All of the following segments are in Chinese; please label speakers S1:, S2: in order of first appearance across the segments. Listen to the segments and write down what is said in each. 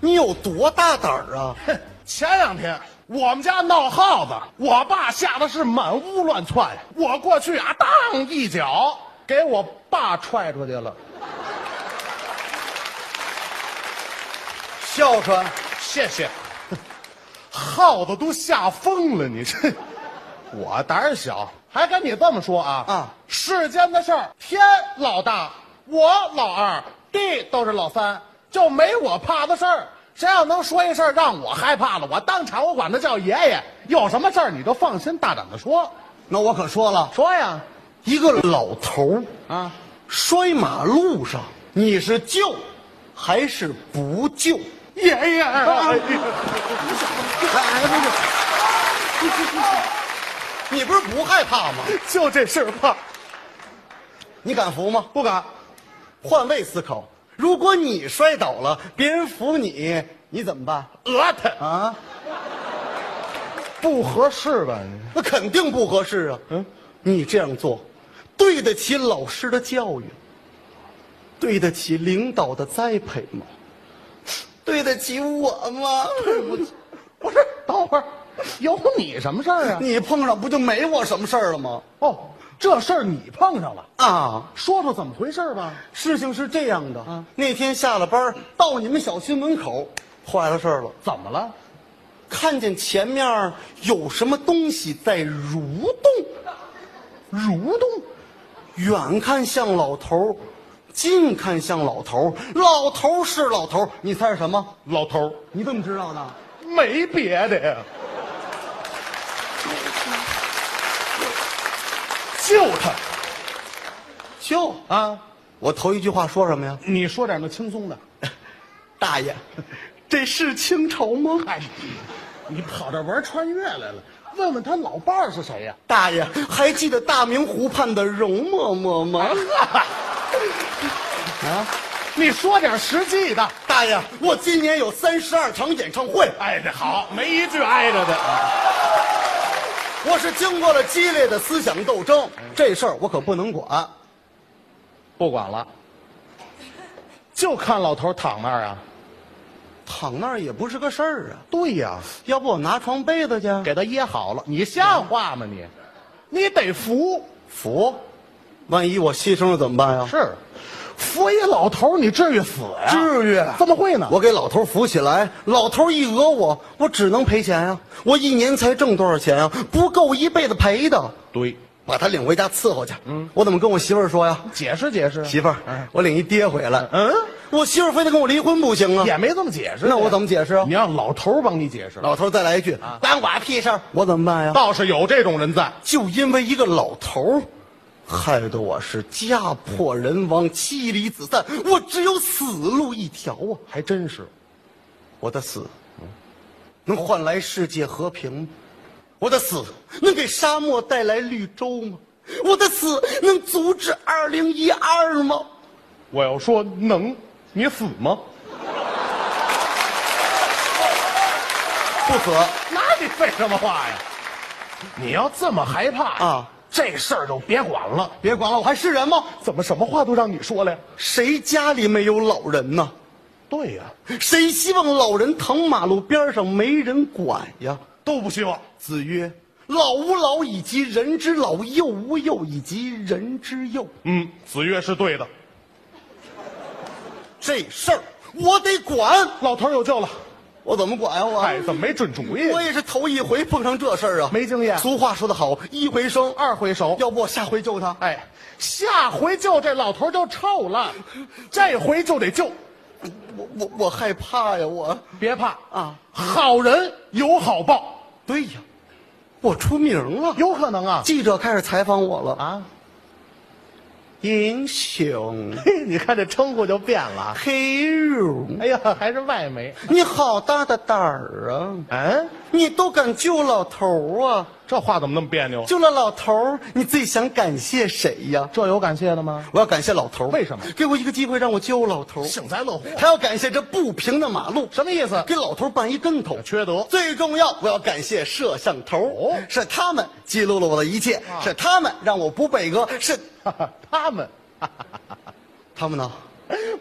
S1: 有多大胆儿 啊？
S2: 哼，前两天我们家闹耗子，我爸吓得是满屋乱窜呀。我过去啊，当一脚给我爸踹出去了。
S1: 孝顺，
S2: 谢谢。耗子都吓疯了，你这， 我胆儿小，还跟你这么说啊？
S1: 啊
S2: 世间的事儿，天老大，我老二，地都是老三，就没我怕的事儿。谁要能说一事儿让我害怕了，我当场我管他叫爷爷。有什么事儿你就放心大胆的说，
S1: 那我可说了，
S2: 说呀，
S1: 一个老头儿
S2: 啊，
S1: 摔马路上，你是救还是不救？
S2: 爷爷，啊
S1: 哎，不是， 你不是不害怕吗？
S2: 就这事儿怕
S1: 你敢扶吗？
S2: 不敢？
S1: 换位思考，如果你摔倒了，别人扶你，你怎么办
S2: 讹他
S1: 啊？
S2: 不合适吧？
S1: 那肯定不合适啊。嗯，你这样做，对得起老师的教育，对得起领导的栽培吗？对得起我吗？
S2: 不是，等会儿有你什么事儿啊？
S1: 你碰上不就没我什么事儿了吗？
S2: 哦，这事儿你碰上了，
S1: 啊，
S2: 说说怎么回事儿吧。
S1: 事情是这样的，那天下了班到你们小区门口，坏了事儿了，
S2: 怎么了？
S1: 看见前面有什么东西在蠕动，
S2: 蠕动，
S1: 远看像老头儿，近看像老头儿，老头儿是老头儿，你猜是什么？
S2: 老头
S1: 你怎么知道的？
S2: 没别的呀，就他
S1: 就
S2: 啊！
S1: 我头一句话说什么呀？
S2: 你说点那轻松的。
S1: 大爷， 这是清朝吗？
S2: 哎，你跑这玩穿越来了？问问他老伴儿是谁呀、
S1: 大爷，还记得大明湖畔的容嬷嬷吗？ 啊，
S2: 你说点实际的。
S1: 大爷，我今年有三十二场演唱会，
S2: 哎，这好，没一句挨着的。
S1: 我是经过了激烈的思想斗争，这事儿我可不能管。
S2: 不管了，就看老头躺那儿啊。
S1: 躺那儿也不是个事儿啊，
S2: 对呀、
S1: 要不我拿床被子去？
S2: 给他掖好了。你像话吗你？你得服，
S1: 扶，万一我牺牲了怎么办呀？
S2: 是服一老头儿，你至于死呀？
S1: 至于
S2: 怎么会呢？
S1: 我给老头扶起来，老头一讹我，我只能赔钱呀、我一年才挣多少钱呀、不够一辈子赔的。
S2: 对，
S1: 把他领回家伺候去。嗯，我怎么跟我媳妇儿说呀？
S2: 解释解释。
S1: 媳妇儿，我领一爹回来。
S2: 嗯，
S1: 我媳妇儿非得跟我离婚不行啊。
S2: 也没这么解释。
S1: 那我怎么解释啊
S2: 你让老头儿帮你解释。
S1: 老头儿再来一句，
S2: 啊
S1: 关我屁事儿，我怎么办呀？
S2: 倒是有这种人在，
S1: 就因为一个老头儿，害得我是家破人亡、妻离子散，我只有死路一条啊！
S2: 还真是。
S1: 我的死，能换来世界和平吗？我的死能给沙漠带来绿洲吗？我的死能阻止二零一二吗？
S2: 我要说能，你死吗？
S1: 不死。
S2: 那你废什么话呀？你要这么害怕
S1: 啊，
S2: 这事儿就别管了。
S1: 别管了，我还是人吗？
S2: 怎么什么话都让你说了呀？
S1: 谁家里没有老人呢？
S2: 对呀、
S1: 谁希望老人躺马路边上没人管呀？
S2: 都不希望。
S1: 子曰：“老吾老以及人之老，幼吾幼以及人之幼。
S2: 嗯，子曰是对的。”
S1: 这事儿我得管，
S2: 老头儿有救了。
S1: 我怎么管呀、啊我、
S2: 哎，怎么没准主意？
S1: 我也是头一回碰上这事儿啊，
S2: 没经验
S1: 俗话说得好，一回生，
S2: 二回熟。
S1: 要不我下回救他。
S2: 哎，下回救这老头就臭了，这回就得救。
S1: 我我我害怕呀，我
S2: 别怕
S1: 啊，
S2: 好人有好报，
S1: 对呀，我出名了，
S2: 有可能啊
S1: 记者开始采访我了。
S2: 啊！
S1: 英雄
S2: 嘿， 你看这称呼就变了。
S1: ，hero，
S2: 哎呀，还是外媒。
S1: 你好大的胆儿啊！
S2: 嗯，
S1: 你都敢救老头儿啊？
S2: 这话怎么那么别扭？
S1: 救了老头儿，你最想感谢谁呀？
S2: 这有感谢的吗？
S1: 我要感谢老头儿，
S2: 为什么
S1: 给我一个机会让我救老头儿？
S2: 幸灾乐祸
S1: 还要感谢这不平的马路，
S2: 什么意 思？
S1: 给老头儿绊一跟头。
S2: 缺德。
S1: 最重要，我要感谢摄像头儿，
S2: 哦啊
S1: 是他们记录了我的一切，是他们让我不被讹，是
S2: 他们
S1: 他们呢？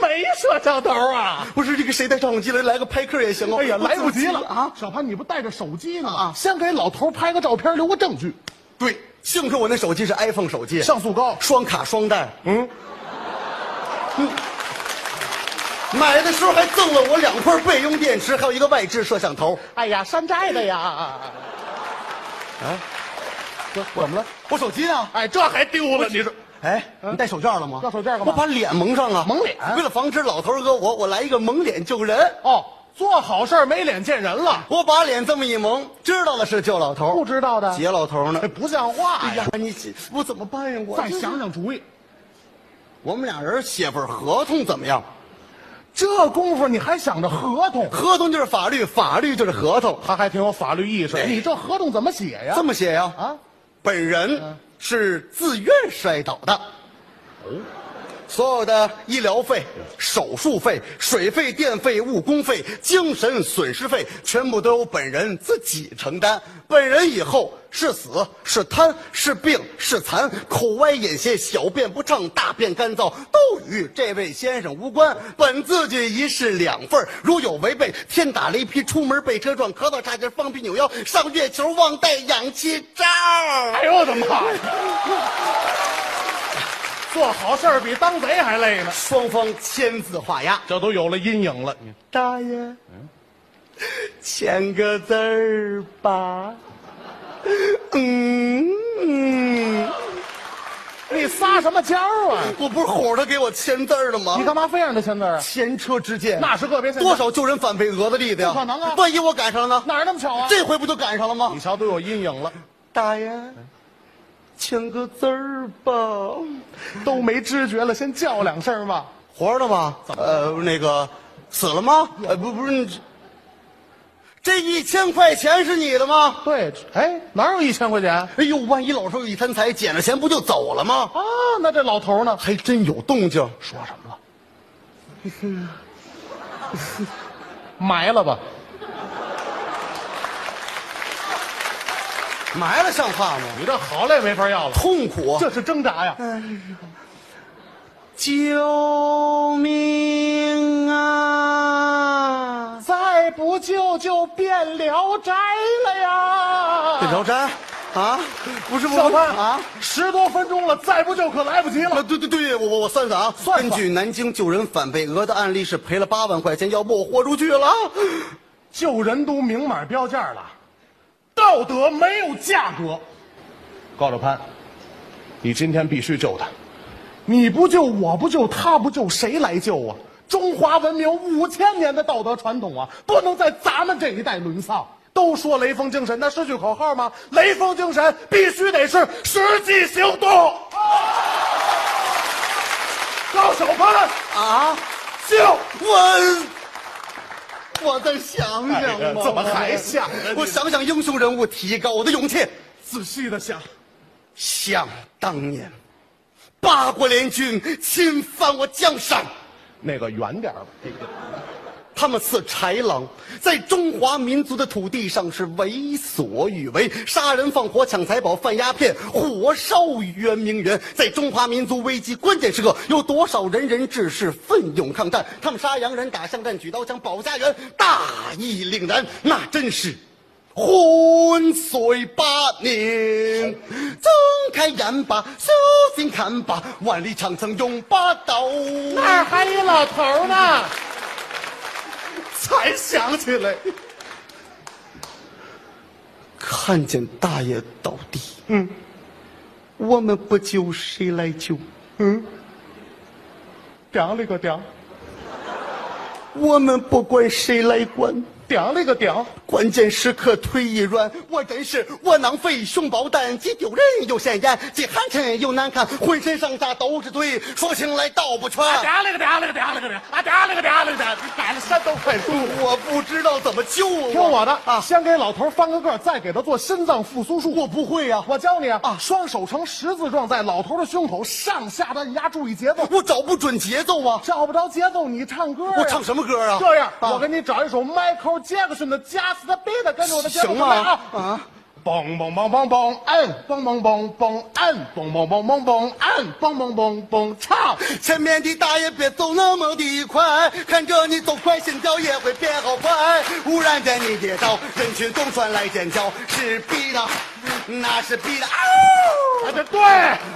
S2: 没摄像头啊！
S1: 不是这个谁带照相机来来个拍客也行哦。
S2: 哎呀，
S1: 我
S2: 来不及
S1: 怎
S2: 了
S1: 么啊！
S2: 小潘，你不带着手机呢吗？
S1: 啊
S2: 先给老头拍个照片，留个证据。
S1: 对，幸亏我那手机是 iPhone 手机，
S2: 像素高，
S1: 双卡双待。嗯，买的时候还赠了我两块备用电池，还有一个外置摄像头。
S2: 哎呀，山寨的呀！啊
S1: 我怎么了？我手机呢？
S2: 哎，这还丢了？你说嗯
S1: 哎，你戴手绢了吗？
S2: 戴手绢干嘛
S1: 我把脸蒙上啊，
S2: 蒙脸
S1: 为了防止老头儿讹我，我来一个蒙脸救人。
S2: 哦，做好事儿没脸见人了，
S1: 我把脸这么一蒙，知道了是救老头
S2: 不
S1: 儿，
S2: 知道的，
S1: 劫老头儿呢
S2: 哎，。不像话
S1: 哎呀
S2: 呀！，
S1: 你这我怎么办呀？我
S2: 再想想主意，
S1: 我们俩人写份合同怎么样？
S2: 这功夫你还想着合同，
S1: 合同就是法律，法律就是合同，
S2: 他还挺有法律意识。
S1: 哎
S2: 你这合同怎么写哎呀
S1: 这？么写呀？
S2: 啊，嗯
S1: 本人是自愿摔倒的。所有的医疗费、手术费、水费、电费、误工费、精神损失费，全部都由本人自己承担。本人以后是死是瘫是病是残，口歪眼斜，小便不畅，大便干燥，都与这位先生无关。本字据一式两份儿，如有违背，天打雷劈，出门被车撞，咳嗽差劲，放屁扭腰，上月球忘带氧气罩。
S2: 哎呦我的妈呀！做好事儿比当贼还累呢，
S1: 双方签字画押。
S2: 这都有了阴影了。你
S1: 大爷，签个字儿吧。嗯，嗯
S2: 你撒什么娇啊？
S1: 我不是哄他给我签字儿了吗
S2: 你？干嘛非让他签字啊？
S1: 前车之鉴，
S2: 那是个别签字
S1: 多少救人返赔额的例子呀？
S2: 不可能啊
S1: 万一我赶上了呢？
S2: 哪儿那么巧啊？
S1: 这回不就赶上了吗
S2: 你？瞧都有阴影了，
S1: 大爷，签个字儿吧。
S2: 都没知觉了，先叫两声吧。
S1: 活着吗？呃，那个，死了吗？呃，不，不是，你这一千块钱是你的吗？
S2: 对，哎，哪有一千块钱啊？
S1: 哎呦，万一老头一贪财，捡了钱不就走了吗？
S2: 那这老头呢？
S1: 还真有动静。
S2: 说什么了？ 埋了吧？
S1: 埋了像话吗？
S2: 你这好赖没法要了，
S1: 痛苦啊！
S2: 这是挣扎呀！
S1: 救命啊！
S2: 再不救就变《聊斋》了呀！
S1: 这聊斋啊，不是不
S2: 小
S1: 是
S2: 潘
S1: 啊？，
S2: 十多分钟了，再不救可来不及
S1: 啊，
S2: 了。
S1: 对对对，我我我算算啊，
S2: 算算
S1: 根据南京救人反被讹的案例是赔了八万块钱，要不我豁出去了。
S2: 救人都明码标价了，道德没有价格。高老潘，你今天必须救他，你不救，我不救，他不救，谁来救啊？中华文明五千年的道德传统啊，不能在咱们这一代沦丧。都说雷锋精神，那是句口号吗？雷锋精神必须得是实际行动。高小潘，
S1: 啊，
S2: 救！
S1: 我我再想
S2: 哎
S1: 想
S2: 呀
S1: 吧，
S2: 怎么还想呢
S1: 我想想英雄人物，提高我的勇气。
S2: 仔细的想，
S1: 想当年，八国联军侵犯我江山，
S2: 那个远点儿吧。
S1: 他们似豺狼，在中华民族的土地上是为所欲为，杀人放火、抢财宝、贩鸦片，火烧圆明园。在中华民族危机关键时刻，有多少仁人志士奋勇抗战？他们杀洋人、打巷战、举刀枪、保家园，大义凛然，那真是。昏睡八年，睁开眼吧，小心看吧，万里长城永不倒。
S2: 那儿还一老头呢，才想起来，
S1: 看见大爷倒地，嗯，我们不救谁来救？
S2: 顶了个顶，
S1: 我们不管谁来管？
S2: 顶了个顶，
S1: 关键时刻腿一软，我真是窝囊废、熊抱蛋，既丢人又显眼，既寒碜又难看，浑身上下都是堆，说清来道不全。
S2: 顶了个顶了个顶了个顶，啊顶了个顶了个顶，买了山都快吐。
S1: 我不知道怎么救啊！
S2: 听我的
S1: 啊！
S2: 先给老头翻个个，再给他做心脏复苏术。
S1: 我不会呀、
S2: 我教你啊
S1: 啊，
S2: 双手呈十字状，在老头的胸口上下按压，注意节奏。
S1: 我找不准节奏啊！
S2: 找不着节奏，你唱歌呀
S1: 我唱什么歌啊？
S2: 这样，
S1: 啊
S2: 我给你找一首 Michael Jackson 的《Just Beat》，跟着我的节奏
S1: 行
S2: 来啊
S1: 吗？！啊，
S2: 嘣嘣嘣嘣嘣，按嘣嘣嘣嘣，按嘣嘣嘣嘣嘣，按嘣嘣嘣嘣，唱。
S1: 前面的大爷别走那么的快，看着你走快，心跳也会变好快。忽然间你跌倒，人群中传来尖叫，是必的，那是必的。啊呜！
S2: 哎，对对。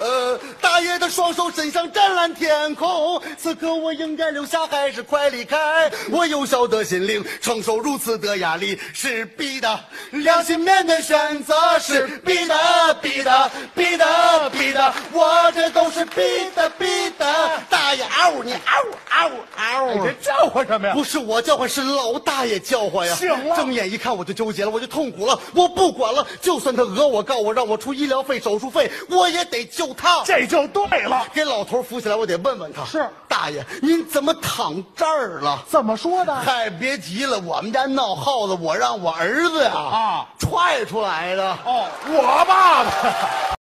S1: 呃，大爷的双手伸向湛蓝天空，此刻我应该留下还是快离开？我幼小的心灵承受如此的压力是必的，良心面对选择是必的，必的，必的，必的，我这都是必的，必的。大爷，嗷、你嗷嗷嗷！
S2: 你这叫唤什么呀？
S1: 不是我叫唤，是老大爷叫唤呀！
S2: 醒了
S1: 睁眼一看我就纠结了，我就痛苦了，我不管了，就算他讹我、告我、让我出医疗费、手术费，我也得救他。
S2: 这就对了。
S1: 给老头扶起来，我得问问他。
S2: 是
S1: 大爷，您怎么躺这儿了？
S2: 怎么说的？
S1: 嗨，别急了，我们家闹耗子，我让我儿子呀
S2: 啊
S1: 踹出来的。
S2: 哦，我爸爸。